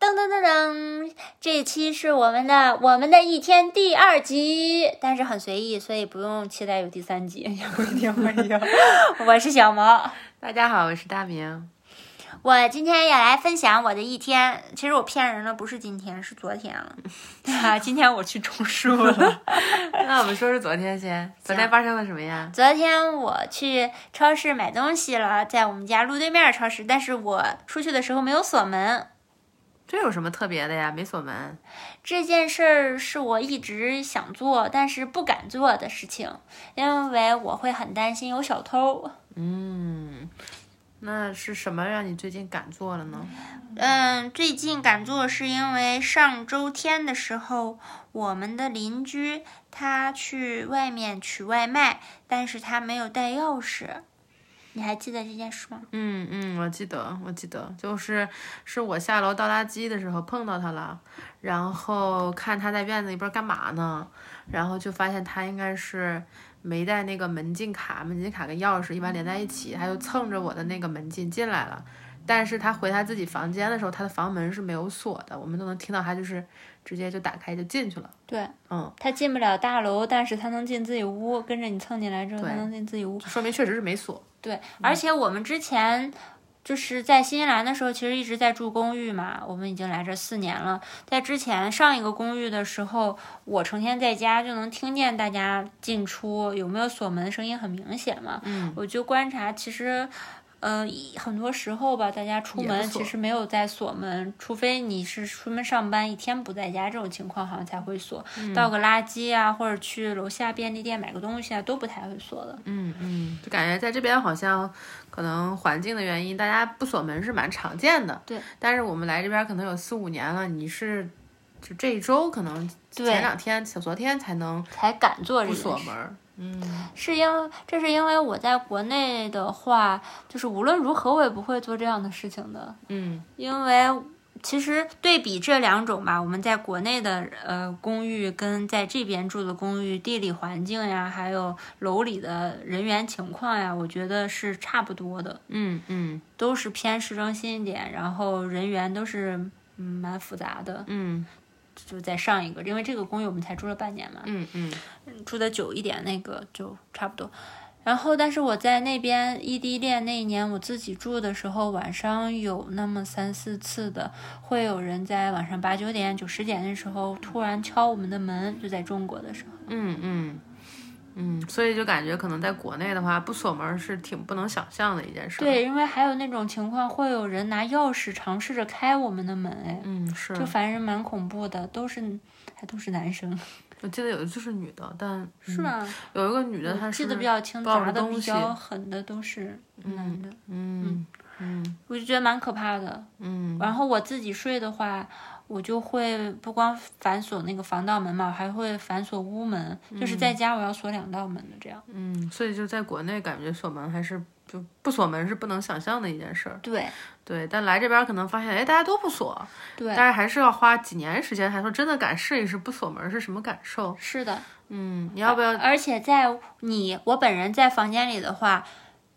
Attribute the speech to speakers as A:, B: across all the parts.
A: 噔噔噔！这一期是我们的我们的一天第二集，但是很随意，所以不用期待有第三集。
B: 不一定， 不一定。
A: 我是小毛，
B: 大家好，我是大明。
A: 我今天也来分享我的一天。其实我骗人了，不是今天，是昨天了。 啊，今天我去种树了。
B: 那我们说说昨天先，昨天发生了什么呀？
A: 昨天我去超市买东西了，在我们家路对面超市，但是我出去的时候没有锁门。
B: 这有什么特别的呀？没锁门。
A: 这件事儿是我一直想做，但是不敢做的事情，因为我会很担心有小偷。
B: 嗯，那是什么让你最近敢做了呢？
A: 嗯，最近敢做是因为上周天的时候，我们的邻居他去外面取外卖，但是他没有带钥匙。你还记得这件事吗？
B: 嗯嗯，我记得，我记得，就是是我下楼倒垃圾的时候碰到他了，然后看他在院子里边干嘛呢，然后就发现他应该是没带那个门禁卡，门禁卡跟钥匙一般连在一起，他就蹭着我的那个门禁进来了。但是他回他自己房间的时候，他的房门是没有锁的，我们都能听到他就是直接就打开就进去了。
A: 对，
B: 嗯，
A: 他进不了大楼，但是他能进自己屋，跟着你蹭进来之后，他能进自己屋。
B: 就说明确实是没锁。
A: 对，而且我们之前就是在新西兰的时候，其实一直在住公寓嘛，我们已经来这四年了。在之前上一个公寓的时候，我成天在家就能听见大家进出有没有锁门的声音很明显嘛，
B: 嗯，
A: 我就观察，其实。呃，一很多时候吧，大家出
B: 也
A: 门
B: 不锁
A: 其实没有在锁门，除非你是出门上班一天不在家这种情况，好像才会锁。
B: 嗯
A: 倒个垃圾啊，或者去楼下便利店买个东西啊，都不太会锁的。
B: 嗯嗯，就感觉在这边好像可能环境的原因，大家不锁门是蛮常见的。
A: 对，
B: 但是我们来这边可能有四五年了，你是就这一周可能前两天、小昨天才能
A: 才敢做这
B: 不
A: 个
B: 锁门。嗯，
A: 是因为这是因为我在国内的话，就是无论如何我也不会做这样的事情的，
B: 嗯
A: 因为其实对比这两种吧，我们在国内的呃公寓跟在这边住的公寓，地理环境呀，还有楼里的人员情况呀，我觉得是差不多的，
B: 嗯嗯
A: 都是偏市中心一点，然后人员都是嗯蛮复杂的，
B: 嗯
A: 就在上一个，因为这个公寓我们才住了半年嘛，
B: 嗯嗯
A: 住的久一点，那个就差不多。然后，但是我在那边异地恋那一年，我自己住的时候，晚上有那么三四次的，会有人在晚上八九点、九十点的时候突然敲我们的门，就在中国的时候。
B: 嗯嗯嗯，所以就感觉可能在国内的话，不锁门是挺不能想象的一件事。，
A: 对，因为还有那种情况，会有人拿钥匙尝试着开我们的门，哎，
B: 嗯是。
A: 就反正蛮恐怖的，都是还都是男生，
B: 我记得有一次是女的，但
A: 是吧？
B: 有一个女的她嗯是
A: 记得比较清，
B: 抱着
A: 砸的
B: 东
A: 比
B: 西
A: 较狠的都是男的，
B: 嗯嗯
A: 我就觉得蛮可怕的。
B: 嗯
A: 然后我自己睡的话，我就会不光反锁那个防盗门嘛，我还会反锁屋门，就是在家我要锁两道门的这样。
B: 嗯，所以就在国内感觉锁门还是就不锁门是不能想象的一件事儿。
A: 对
B: 对，但来这边可能发现，哎，大家都不锁，
A: 对，
B: 但是还是要花几年时间，还说真的敢试一试不锁门是什么感受？
A: 是的。
B: 嗯，你要不要？
A: 而且在你我本人在房间里的话，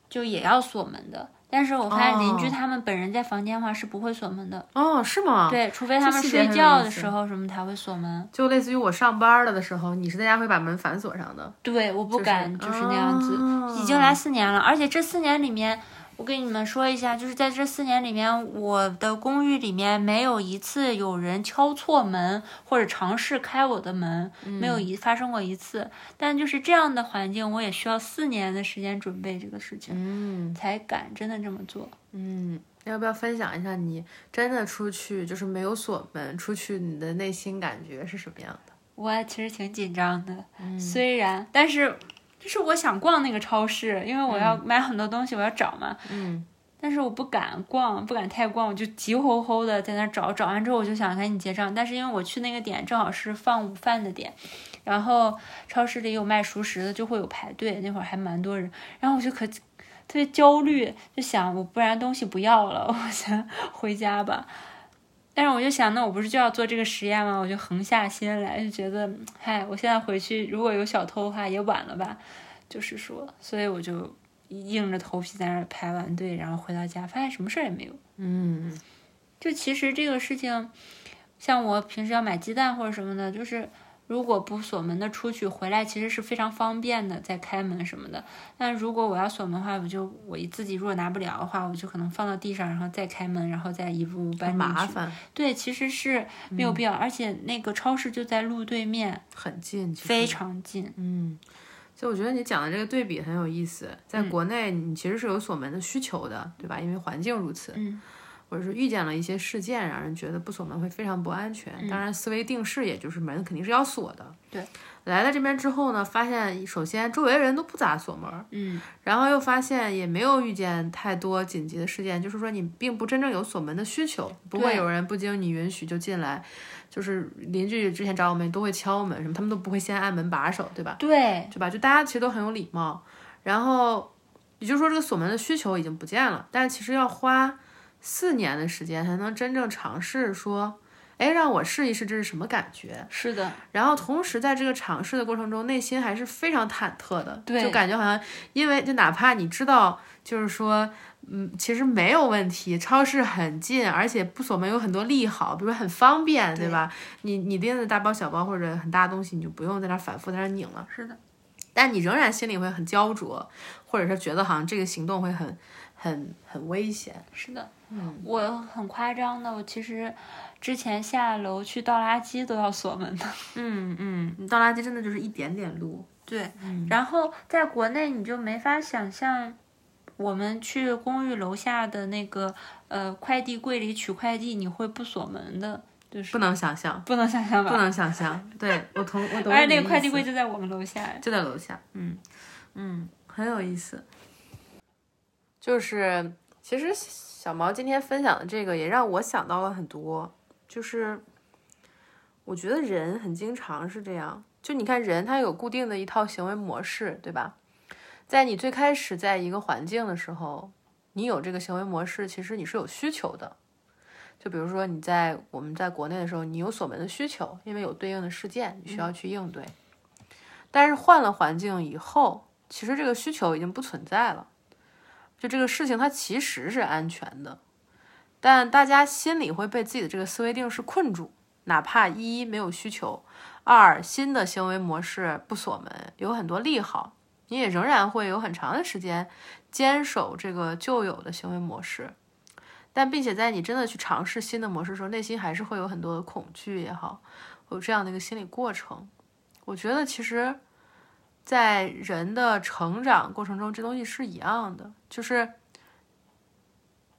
A: 就也要锁门的。但是我发现邻居
B: 哦
A: 他们本人在房间的话是不会锁门的，
B: 哦，是吗？，
A: 对，除非他
B: 这
A: 们
B: 细节
A: 睡
B: 很有
A: 觉
B: 意
A: 的
B: 思
A: 时候什么才会锁门。
B: 就类似于我上班了的时候，你是在家会把门反锁上的。
A: 对，我不
B: 就是哦
A: 敢，就是那样子。已经来四年了，而且这四年里面，我跟你们说一下，就是在这四年里面，我的公寓里面没有一次有人敲错门或者尝试开我的门，没
B: 嗯
A: 有一发生过一次。但就是这样的环境，我也需要四年的时间准备这个事情，
B: 嗯
A: 才敢真的这么做。
B: 嗯，要不要分享一下你真的出去就是没有锁门出去，你的内心感觉是什么样的？
A: 我其实挺紧张的，
B: 嗯
A: 虽然，但是就是我想逛那个超市，因为我要买很多东西，我要找嘛，
B: 嗯
A: 但是我不敢逛，不敢太逛，我就急吼吼的在那儿找，找完之后我就想赶紧结账，但是因为我去那个点正好是放午饭的点，然后超市里有卖熟食的，就会有排队，那会儿还蛮多人，然后我就可特别焦虑，就想我不然东西不要了，我想回家吧。 但是我就想，那我不是就要做这个实验吗？我就横下心来，就觉得，嗯嗨，我现在回去如果有小偷的话也晚了吧，就是说，所以我就硬着头皮在那儿排完队，然后回到家发现什么事儿也没有。
B: 嗯，
A: 就其实这个事情，像我平时要买鸡蛋或者什么的，就是如果不锁门的出去回来，其实是非常方便的，在开门什么的。但如果我要锁门的话，我就我自己如果拿不了的话，我就可能放到地上，然后再开门，然后再一步步嗯搬进去。
B: 麻烦，
A: 对，其实是没有必要，而且那个超市就在路对面，
B: 很近，其实
A: 非常近。
B: 嗯，所以我觉得你讲的这个对比很有意思。
A: 嗯
B: 在国内，你其实是有锁门的需求的，对吧？因为环境如此，
A: 嗯，
B: 或者是遇见了一些事件，让人觉得不锁门会非常不安全。当然，思维定式也就是门肯定是要锁的。
A: 嗯对，
B: 来了这边之后呢，发现首先周围人都不咋锁门，
A: 嗯
B: 然后又发现也没有遇见太多紧急的事件，就是说你并不真正有锁门的需求，不会
A: 对
B: 有人不经你允许就进来。就是邻居之前找我们都会敲门什么，他们都不会先按门把手，对吧？
A: 对，
B: 对吧？就大家其实都很有礼貌。然后也就是说，这个锁门的需求已经不见了，但是其实要花四年的时间才能真正尝试说，哎，让我试一试这是什么感觉。
A: 是的，
B: 然后同时在这个尝试的过程中，内心还是非常忐忑的，
A: 对
B: 就感觉好像因为就哪怕你知道，就是说，嗯，其实没有问题，超市很近，而且不锁门有很多利好，比如说很方便，对
A: 对
B: 吧？你你拎着大包小包或者很大的东西，你就不用在那儿反复在那儿拧了，
A: 是的，
B: 但你仍然心里会很焦灼，或者是觉得好像这个行动会很很很危险，
A: 是的。
B: 嗯，
A: 我很夸张的，我其实之前下楼去倒垃圾都要锁门的。
B: 嗯嗯，你倒垃圾真的就是一点点路，
A: 对，然后在国内你就没法想象，我们去公寓楼下的那个呃快递柜里取快递，你会不锁门的，就是
B: 不能想象，
A: 不能想象
B: 不
A: 吧？
B: 能想象，对我同我懂，
A: 而且那个快递柜。就在我们楼下。
B: 就在楼下。嗯嗯，很有意思。就是其实小毛今天分享的这个也让我想到了很多，就是我觉得人很经常是这样，就你看人他有固定的一套行为模式，对吧？在你最开始在一个环境的时候，你有这个行为模式，其实你是有需求的。就比如说你在我们在国内的时候，你有锁门的需求，因为有对应的事件，你需要去应对。但是换了环境以后，其实这个需求已经不存在了。就这个事情，它其实是安全的，但大家心里会被自己的这个思维定式困住。哪怕一没有需求，二新的行为模式不锁门，有很多利好，你也仍然会有很长的时间坚守这个旧有的行为模式。但并且在你真的去尝试新的模式的时候，内心还是会有很多的恐惧也好，有这样的一个心理过程。我觉得其实，在人的成长过程中，这东西是一样的，就是，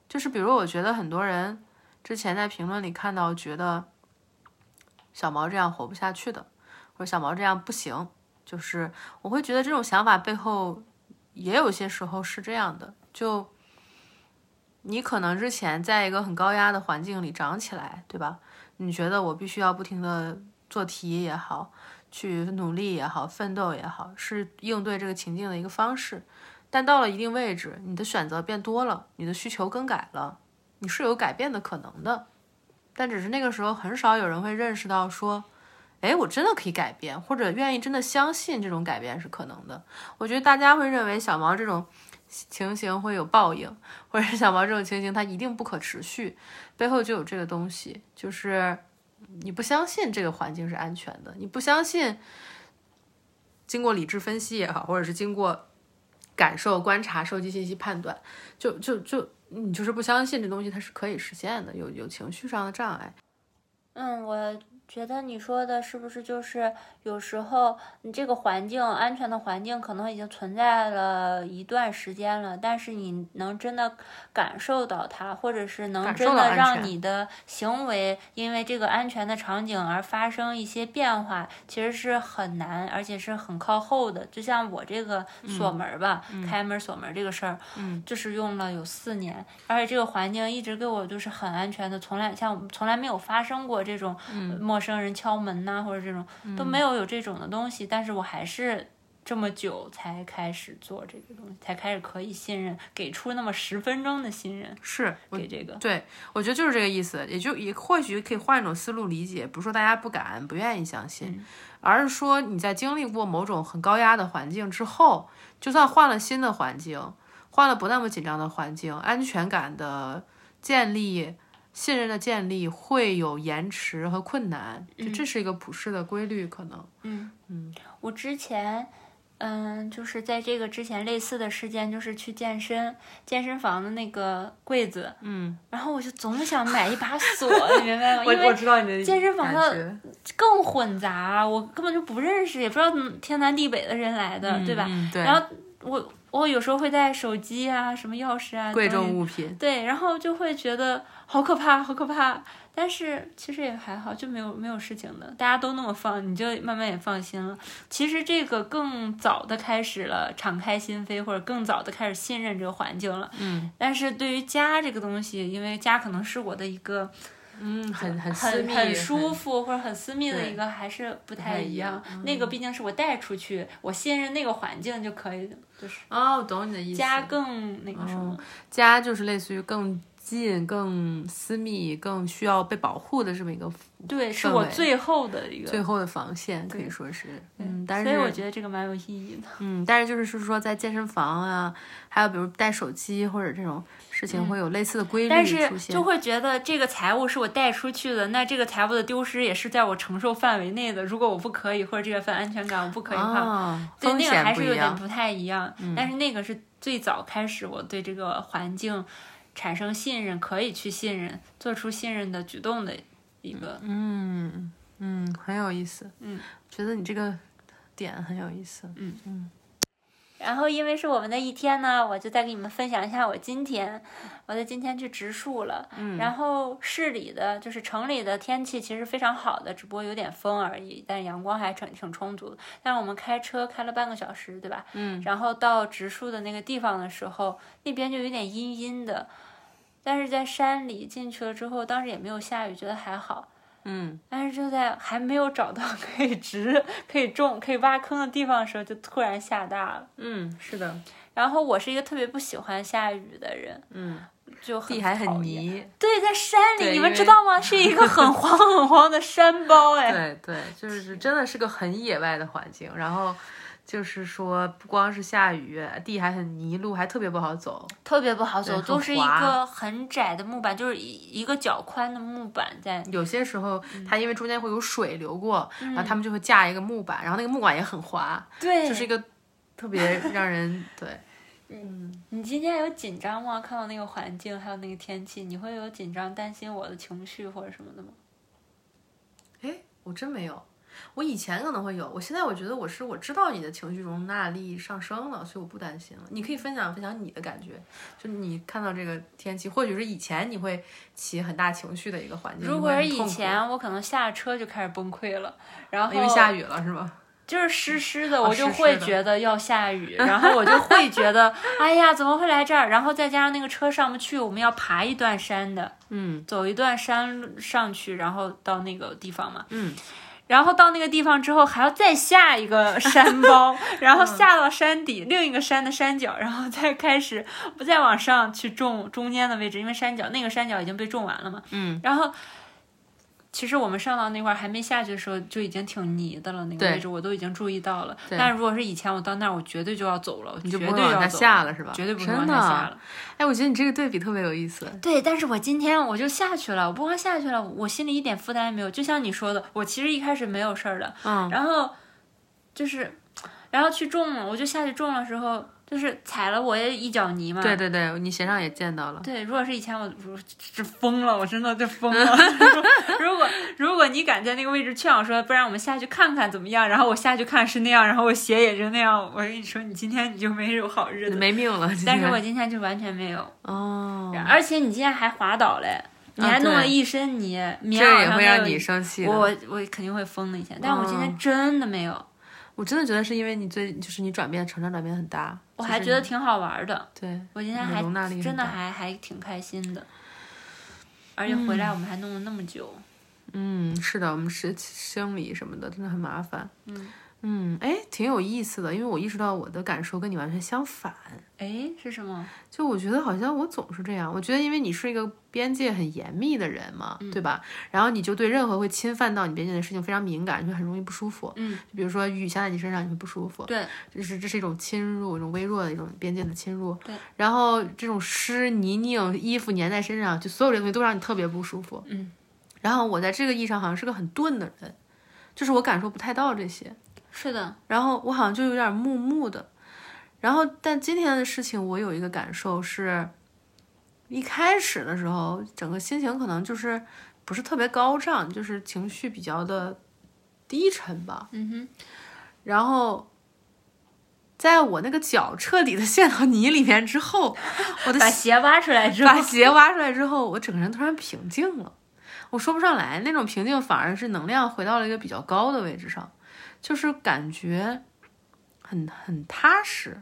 B: 就是比如我觉得很多人之前在评论里看到，觉得小毛这样活不下去的，或者小毛这样不行，就是我会觉得这种想法背后也有些时候是这样的，就。你可能之前在一个很高压的环境里长起来，对吧？你觉得我必须要不停的做题也好，去努力也好，奋斗也好，是应对这个情境的一个方式。但到了一定位置，你的选择变多了，你的需求更改了，你是有改变的可能的。但只是那个时候，很少有人会认识到说，哎，我真的可以改变，或者愿意真的相信这种改变是可能的。我觉得大家会认为小毛这种情形会有报应，或者是小毛这种情形它一定不可持续，背后就有这个东西，就是你不相信这个环境是安全的，你不相信经过理智分析也好，或者是经过感受、观察、收集信息、判断，就就就你就是不相信这东西它是可以实现的，有有情绪上的障碍。
A: 嗯，我觉得你说的是不是就是有时候你这个环境安全的环境可能已经存在了一段时间了，但是你能真的感受到它，或者是能
B: 感
A: 真
B: 受到
A: 的
B: 安
A: 让
B: 全
A: 你的行为因为这个安全的场景而发生一些变化，其实是很难，而且是很靠后的。就像我这个锁门儿吧，开门锁门儿这个事儿，
B: 嗯，
A: 就是用了有四年，而且这个环境一直给我就是很安全的，从来像我们从来没有发生过这种
B: 嗯
A: 呃陌生人敲门呐、或者这种都没有有这种的东西，但是我还是。这么久才开始做这个东西，才开始可以信任，给出那么十分钟的信任
B: 是我
A: 给这个。
B: 对，我觉得就是这个意思，也就也或许可以换一种思路理解，不是说大家不敢、不愿意相信，
A: 嗯
B: 而是说你在经历过某种很高压的环境之后，就算换了新的环境，换了不那么紧张的环境，安全感的建立，信任的建立会有延迟和困难，就这是一个普世的规律，可能。
A: 嗯嗯，我之前，嗯，就是在这个之前类似的事件，就是去健身健身房的那个柜子，
B: 嗯，
A: 然后我就总想买一把锁，你明 白吗？因
B: 我我
A: 为
B: 知道你的
A: 健身房的
B: 感觉
A: 更混杂，啊我根本就不认识，也不知道天南地北的人来的，呃对吧？
B: 嗯、对，
A: 然后我我有时候会带手机啊、什么钥匙啊，
B: 贵
A: 东西
B: 重物品，
A: 对，然后就会觉得好可怕，好可怕。但是其实也还好，就没有没有事情的，大家都那么放，你就慢慢也放心了。其实这个更早的开始了敞开心扉，或者更早的开始信任这个环境了。
B: 嗯
A: 但是对于家这个东西，因为家可能是我的一个
B: 嗯，很很私
A: 很
B: 密，
A: 很舒服或者很私密的一
B: 对
A: 个，还是不
B: 太
A: 太
B: 一嗯
A: 一样。那个毕竟是我带出去，我信任那个环境就可以了，就是
B: 哦，我懂你的意思。
A: 家更那个什么
B: 哦。家就是类似于更近、更私密、更需要被保护的这么一个
A: 对，是
B: 氛
A: 我
B: 围
A: 最后的一个
B: 最后的防线，可以
A: 对
B: 说是，
A: 对
B: 嗯，但
A: 所以我
B: 是，
A: 觉得这个蛮有意义的。
B: 嗯，但是就是是说在健身房啊，还有比如带手机或者这种事情，会有类似的规律
A: 嗯但
B: 出现。
A: 是就会觉得这个财务是我带出去的，那这个财务的丢失也是在我承受范围内的。如果我不可以，或者这个份安全感我不可以的话，
B: 啊，
A: 对
B: 风
A: 那个
B: 险
A: 还
B: 不
A: 是
B: 一
A: 有点
B: 样。
A: 哦不太一样。嗯但是那个是最早开始我对这个环境产生信任，可以去信任，做出信任的举动的一个。
B: 嗯嗯，很有意思。
A: 嗯，
B: 觉得你这个点很有意思。
A: 然后因为是我们的一天呢，我就再给你们分享一下我今天，我在今天去植树了。嗯，然后市里的就是城里的天气其实非常好的，只不过有点风而已，但阳光还挺挺充足的。但是我们开车开了半个小时，对吧？嗯，然后到植树的那个地方的时候，那边就有点阴阴的，但是在山里进去了之后，当时也没有下雨，觉得还好。
B: 嗯，
A: 但是就在还没有找到 可以植、可以种、可以挖坑的地方的时候，就突然下大了。
B: 嗯，是的，
A: 然后我是一个特别不喜欢下雨的人，
B: 嗯，
A: 就很
B: 地还
A: 讨
B: 很
A: 厌。
B: 泥，
A: 对，在山
B: 对
A: 里，你
B: 因
A: 们
B: 为
A: 知 道吗？是一个很黄很黄的山包，哎，
B: 对对，就是真的是个很野外的环境，然后。就是说，不光是下雨，地还很泥，路还特别不好走。
A: 特别不好走，
B: 很
A: 都是一
B: 滑
A: 个很窄的木板，就是一一个脚宽的木板在。
B: 有些时候，它因为中间会有水流过，然后他们就会架一个木板，然后那个木板也很滑，
A: 对，
B: 就是一个特别让人对
A: 你今天有紧张吗？看到那个环境，还有那个天气，你会有紧张、担心我的情绪或者什么的吗？
B: 嗯哎，我真没有。我以前可能会有，我现在我觉得我是我知道你的情绪容纳力上升了，所以我不担心了。你可以分享分享你的感觉，就是你看到这个天气，或许是以前你会起很大情绪的一个环境。
A: 如
B: 你
A: 果
B: 会
A: 是
B: 很
A: 以
B: 痛苦，
A: 前，我可能下车就开始崩溃了，然后
B: 因为下雨了是吗？
A: 就是湿湿的，
B: 哦
A: 我就
B: 湿湿
A: 会
B: 的
A: 觉得要下 雨，然后我就会觉得，哎呀，怎么会来这儿？然后再加上那个车上不去，我们要爬一段山的，
B: 嗯
A: 走一段山路上去，然后到那个地方嘛。
B: 嗯，
A: 然后到那个地方之后，还要再下一个山 包，然
B: 嗯
A: 后下到山底另一个山的山脚，然后再开始不再往上去种中间的位置，因为山脚那个山脚已经被种完了嘛。
B: 嗯，
A: 然后其实我们上到那块儿还没下去的时候，就已经挺泥的了，那个
B: 对
A: 位置我都已经注意到了。
B: 对
A: 但如果是以前我到那儿，我绝对就要走了，我
B: 你就
A: 绝
B: 不
A: 对
B: 会
A: 要
B: 往下
A: 走
B: 下了是吧？
A: 绝对不会
B: 真
A: 往
B: 的
A: 下下了。
B: 哎，我觉得你这个对比特别有意思。
A: 对，但是我今天我就下去了，我不光下去了，我心里一点负担也没有。就像你说的，我其实一开始没有事儿的，
B: 嗯，
A: 然后就是，然后去种了，我就下去种的时候，就是踩了我也一脚泥嘛。
B: 对对对，你鞋上也见到了。
A: 对，如果是以前我我是疯了，我真的就疯了。 如果如果你敢在那个位置劝我说，不然我们下去看看怎么样，然后我下去看是那样，然后我鞋也就那样，我跟你说，你今天你就没有好日子。
B: 没命了，今
A: 但是
B: 天
A: 我今天就完全没有，
B: 哦，
A: 而且你今天还滑倒嘞，你
B: 啊
A: 还弄了
B: 对
A: 一身泥，棉
B: 这
A: 袄
B: 也
A: 上
B: 会
A: 面
B: 让
A: 有
B: 你生气的。
A: 我我肯定会疯的一天，但我今天
B: 嗯
A: 真的没有，
B: 我真的觉得是因为你最就是你转变成长转变很大，
A: 我
B: 就是
A: 还觉得挺好玩的。
B: 对，
A: 我今天
B: 你
A: 还
B: 容纳力很
A: 真的
B: 大嗯
A: 还还挺开心的，而且回来我们还弄了那么久。
B: 嗯，是的，我们是清理什么的真的很麻烦，嗯嗯，哎，挺有意思的，因为我意识到我的感受跟你完全相反。
A: 哎，是什么？
B: 就我觉得好像我总是这样，我觉得因为你是一个边界很严密的人嘛，对吧？然后你就对任何会侵犯到你边界的事情非常敏感，你会很容易不舒服。
A: 嗯，
B: 比如说雨下在你身上，你会不舒服。
A: 对，
B: 这是这是一种侵入，一种微弱的一种边界的侵入。
A: 对，
B: 然后这种湿泥泞、衣服粘在身上，就所有这东西都让你特别不舒服。
A: 嗯，
B: 然后我在这个意义上好像是个很钝的人，就是我感受不太到这些。
A: 是的，
B: 然后我好像就有点木木的。然后，但今天的事情，我有一个感受是，一开始的时候，整个心情可能就是不是特别高涨，就是情绪比较的低沉吧。
A: 嗯哼，
B: 然后，在我那个脚彻底的陷到泥里面之后，我的
A: 把鞋挖出来之后
B: 把，鞋挖出来之后，我整个人突然平静了。我说不上来，那种平静反而是能量回到了一个比较高的位置上，就是感觉很很踏实，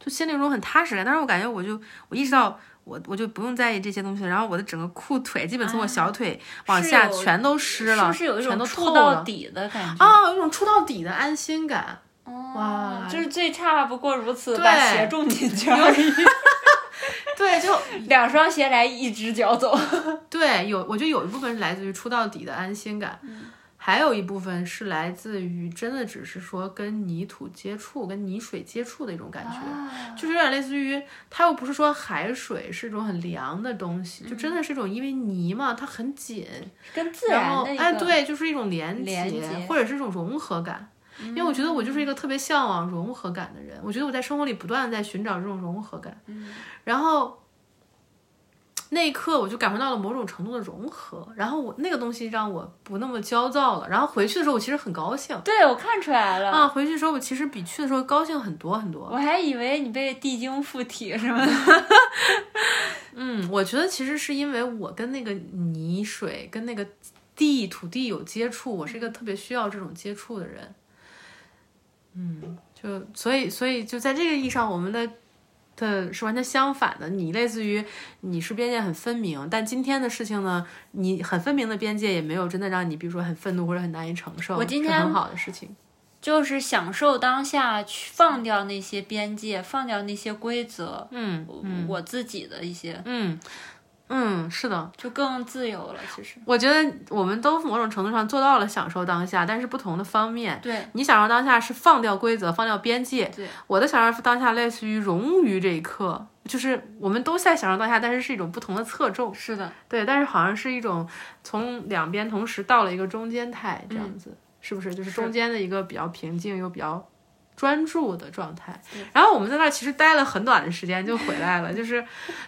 B: 就心里有种很踏实感。但是我感觉我就我意识到我我就不用在意这些东西了，然后我的整个裤腿基本从我小腿往
A: 啊是
B: 下
A: 有
B: 全都湿
A: 是
B: 了，
A: 不是有一
B: 全
A: 种
B: 都
A: 触
B: 透
A: 到
B: 了
A: 底的感觉？
B: 啊，有一种触到底的安心感。
A: 哦，
B: 哇
A: 就是最差不过如此，
B: 对
A: 把鞋种进去而已，
B: 对，就
A: 两双鞋来一只脚走。
B: 对，有我觉得有一部分是来自于出到底的安心感，还有一部分是来自于真的只是说跟泥土接触、跟泥水接触的一种感觉，就是有点类似于它又不是说海水是一种很凉的东西，就真的是一种因为泥嘛，它很紧，
A: 跟自
B: 然
A: 然
B: 后
A: 的一个，
B: 哎对，就是一种连接
A: 连嗯接
B: 或者是一种融合感。因为我觉得我就是一个特别向往融合感的人，我觉得我在生活里不断的在寻找这种融合感，
A: 嗯
B: 然后那一刻我就感受到了某种程度的融合，然后我那个东西让我不那么焦躁了，然后回去的时候我其实很高兴
A: 对我看出来了，
B: 啊，回去的时候我其实比去的时候高兴很多很多，
A: 我还以为你被地精附体什么的。
B: 嗯，我觉得其实是因为我跟那个泥水跟那个地土地有接触，我是一个特别需要这种接触的人，嗯，就所以所以就在这个意义上，我们的的是完全相反的。你类似于你是边界很分明，但今天的事情呢，你很分明的边界也没有真的让你比如说很愤怒或者很难以承受，
A: 我今
B: 是
A: 天
B: 很好的事情，
A: 就是享受当下，去放掉那些边界，放掉那些规则，
B: 嗯嗯
A: 我自己的一些
B: 嗯嗯，是的，
A: 就更自由了。其实，
B: 我觉得我们都某种程度上做到了享受当下，但是不同的方面。
A: 对
B: 你享受当下是放掉规则，放掉边界。
A: 对，
B: 我的享受当下类似于融于这一刻，就是我们都在享受当下，但是是一种不同的侧重。
A: 是的，
B: 对，但是好像是一种从两边同时到了一个中间态，
A: 嗯
B: 这样子、是不是？就是中间的一个比较平静又比较专注的状态。然后我们在那儿其实待了很短的时间就回来了，就是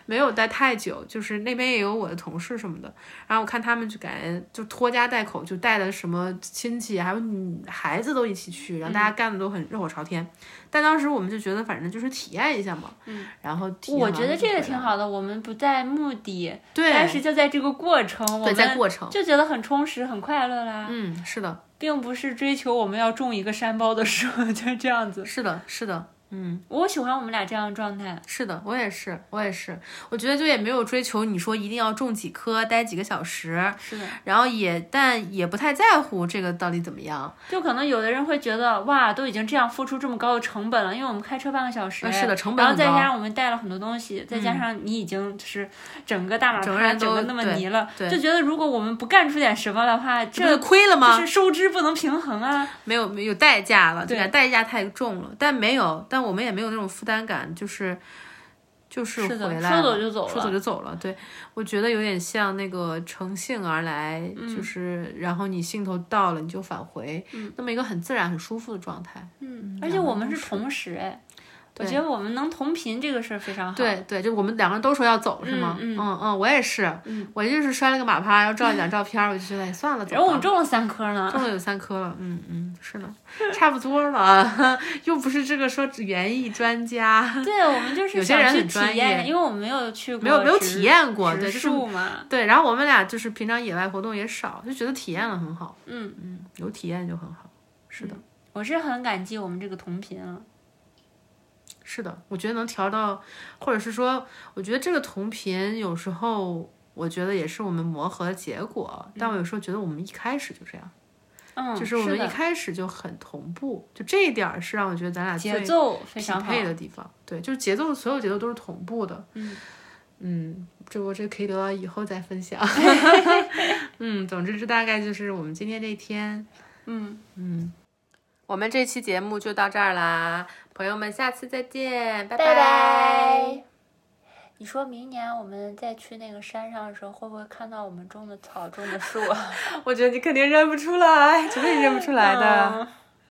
B: 没有待太久，就是那边也有我的同事什么的。然后我看他们就感觉就拖家带口，就带的什么亲戚还有女孩子都一起去，然后大
A: 嗯
B: 家干的都很热火朝天。但当时我们就觉得反正就是体验一下嘛，嗯，然后体验
A: 我
B: 完
A: 觉得
B: 了就
A: 这个
B: 回来
A: 挺
B: 了，
A: 好的。我们不在目的，
B: 对，
A: 但是就在这个过程，我
B: 对，在
A: 们啊
B: 过程。
A: 就觉得很充实、很快乐啦，
B: 嗯，是的，
A: 并不是追求我们要种一个山包的树， 就是这样子。
B: 是的，是的，嗯，
A: 我喜欢我们俩这样的状态，
B: 是的，我也是，我也是，我觉得就也没有追求你说一定要种几棵，待几个小时，
A: 是的，
B: 然后也但也不太在乎这个到底怎么样。
A: 就可能有的人会觉得哇，都已经这样付出这么高的成本了，因为我们开车半个小时，
B: 啊是的成本
A: 然后
B: 很
A: 再
B: 高嗯
A: 加上我们带了很多东西，再加上你已经就是整个大马
B: 整个
A: 趴
B: 人
A: 整个
B: 都
A: 那么
B: 对
A: 泥了，
B: 对
A: 就觉得如果我们不干出点什么的话，
B: 这
A: 这
B: 不是亏了
A: 就
B: 吗？
A: 是收支不能平衡啊。
B: 没有没有代价了，
A: 对
B: 吧？代价太重了，但没有，但我们也没有那种负担感，就是就是
A: 是的
B: 回来
A: 说
B: 了
A: 走就走
B: 说走就走了。对，我觉得有点像那个乘兴而来，
A: 嗯
B: 就是然后你兴头到了你就返回，那么一个很自然很舒服的状态。
A: 嗯，而且我们是同时，哎，我觉得我们能同频这个事儿非常好。
B: 对对，就我们两个人都说要走是吗？
A: 嗯
B: 嗯我也是，我就是摔了个马趴，然后照了两张照片儿，我就觉得哎 算了，走
A: 然后我
B: 吧
A: 们中了三颗 呢，
B: 中了有三颗了，嗯嗯，是呢，差不多了， 又不是这个说园艺专家，
A: 对我们就是
B: 有些
A: 想
B: 人
A: 去
B: 很专
A: 体验，
B: 业
A: 因为我们没有去过，
B: 没有没有体验过，对，
A: 植
B: 就是
A: 树嘛，
B: 对，然后我们俩就是平常野外活动也少，就觉得体验了很好，
A: 嗯，
B: 嗯，有体验就很好，是的，
A: 我是很感激我们这个同频啊，
B: 是的，我觉得能调到，或者是说，我觉得这个同频有时候我觉得也是我们磨合的结果，但我有时候觉得我们一开始就这样，
A: 嗯，
B: 就是我们一
A: 的
B: 开始就很同步，就这一点儿是让我觉得咱俩最
A: 节奏非
B: 匹
A: 常好
B: 配。的地方。对，就是节奏，所有节奏都是同步的。
A: 嗯
B: 嗯，这我这可以留到以后再分 享。嗯，总之这大概就是我们今天这一天。
A: 嗯，
B: 嗯，我们这期节目就到这儿啦，朋友们，下次再见，拜
A: 拜拜。你说明年我们再去那个山上的时候，会不会看到我们种的草、种的树？啊
B: 我觉得你肯定认不出来，绝对认不出来 的。
A: 嗯